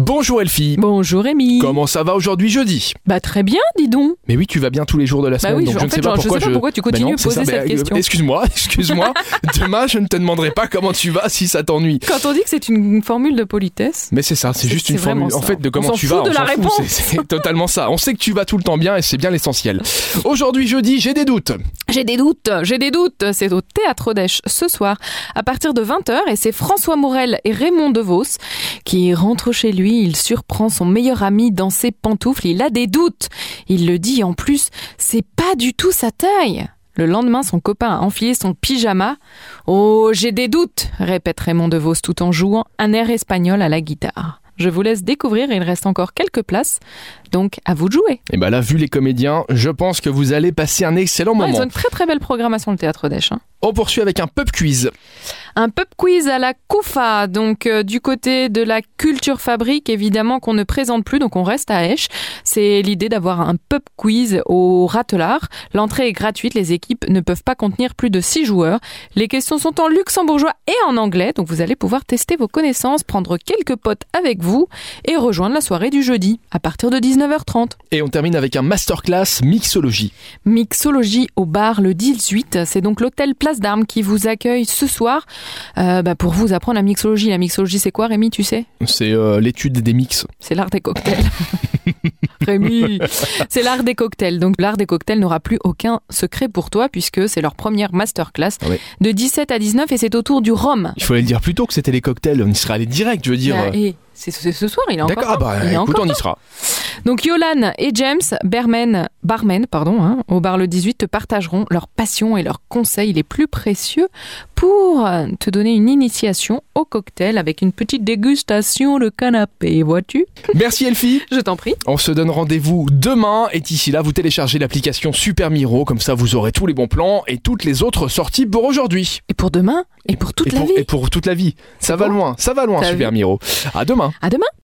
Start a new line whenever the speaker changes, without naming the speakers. Bonjour Elfie.
Bonjour Rémi.
Comment ça va aujourd'hui jeudi
Bah très bien, dis donc.
Mais oui, tu vas bien tous les jours de la
Bah
semaine,
oui,
donc
je-
je
en
ne
fait,
sais pas
genre, je sais
pourquoi
pas pourquoi tu
Bah
continues
non,
à
c'est ça,
poser
mais,
cette
euh,
question.
Excuse-moi, excuse-moi. Demain, je ne te demanderai pas comment tu vas si ça t'ennuie.
Quand on dit que c'est une formule de politesse,
Mais c'est ça, c'est
C'est-
juste une
c'est vraiment
formule. En
ça.
fait, de
On
comment
s'en
tu
fout
vas,
de
on
la
s'en fout,
réponse.
c'est- C'est totalement ça. On sait que tu vas tout le temps bien et c'est bien l'essentiel. Aujourd'hui jeudi, j'ai des doutes.
j'ai des doutes, j'ai des doutes. C'est au Théâtre Odèche ce soir à partir de 20h et c'est François Morel et Raymond DeVos qui rentrent chez lui. Il surprend son meilleur ami dans ses pantoufles. Il a des doutes. Il le dit en plus, c'est pas du tout sa taille. Le lendemain, son copain a enfilé son pyjama. Oh, j'ai des doutes, répète Raymond DeVos tout en jouant un air espagnol à la guitare. Je vous laisse découvrir, il reste encore quelques places, donc à vous de jouer.
Et bah là, vu les comédiens, je pense que vous allez passer un excellent
Ouais, ils ont
moment.
une très très belle programmation le théâtre d'Esch. hein.
On poursuit avec un pub quiz.
Un pub quiz à la Koufa, donc euh, du côté de la culture fabrique évidemment qu'on ne présente plus, donc on reste à Esch. C'est l'idée d'avoir un pub quiz au Ratelard. L'entrée est gratuite, les équipes ne peuvent pas contenir plus de 6 joueurs. Les questions sont en luxembourgeois et en anglais, donc vous allez pouvoir tester vos connaissances, prendre quelques potes avec vous et rejoindre la soirée du jeudi à partir de 19h30.
Et on termine avec un masterclass mixologie.
Mixologie au bar le 18. C'est donc l'hôtel Place d'Armes qui vous accueille ce soir euh, bah, pour vous apprendre la mixologie. La mixologie, c'est quoi, Rémi, tu sais
C'est euh, l'étude des mix.
C'est l'art des cocktails. Rémi, c'est l'art des cocktails. Donc l'art des cocktails n'aura plus aucun secret pour toi puisque c'est leur première masterclass
Ah ouais.
de 17 à 19 et c'est autour du rhum.
Il fallait le dire plus tôt que c'était les cocktails. On y serait allé direct, je veux dire.
Ah, et c'est c'est ce soir, il est encore
D'accord, ah bah
Il est
écoute,
encore
on y sera.
Donc Yolan et James, barmen, barmen pardon, hein, au bar le 18, te partageront leurs passions et leurs conseils les plus précieux pour euh, te donner une initiation au cocktail avec une petite dégustation de canapé, vois-tu
Merci Elfie.
Je t'en prie.
On se donne rendez-vous demain et d'ici là, vous téléchargez l'application Super Miro, comme ça vous aurez tous les bons plans et toutes les autres sorties pour aujourd'hui.
Et pour demain, et pour toute
et,
la
pour,
vie.
et pour toute la vie. Ça va
bon
loin, ça va loin
T'as
Super Miro. À demain.
À demain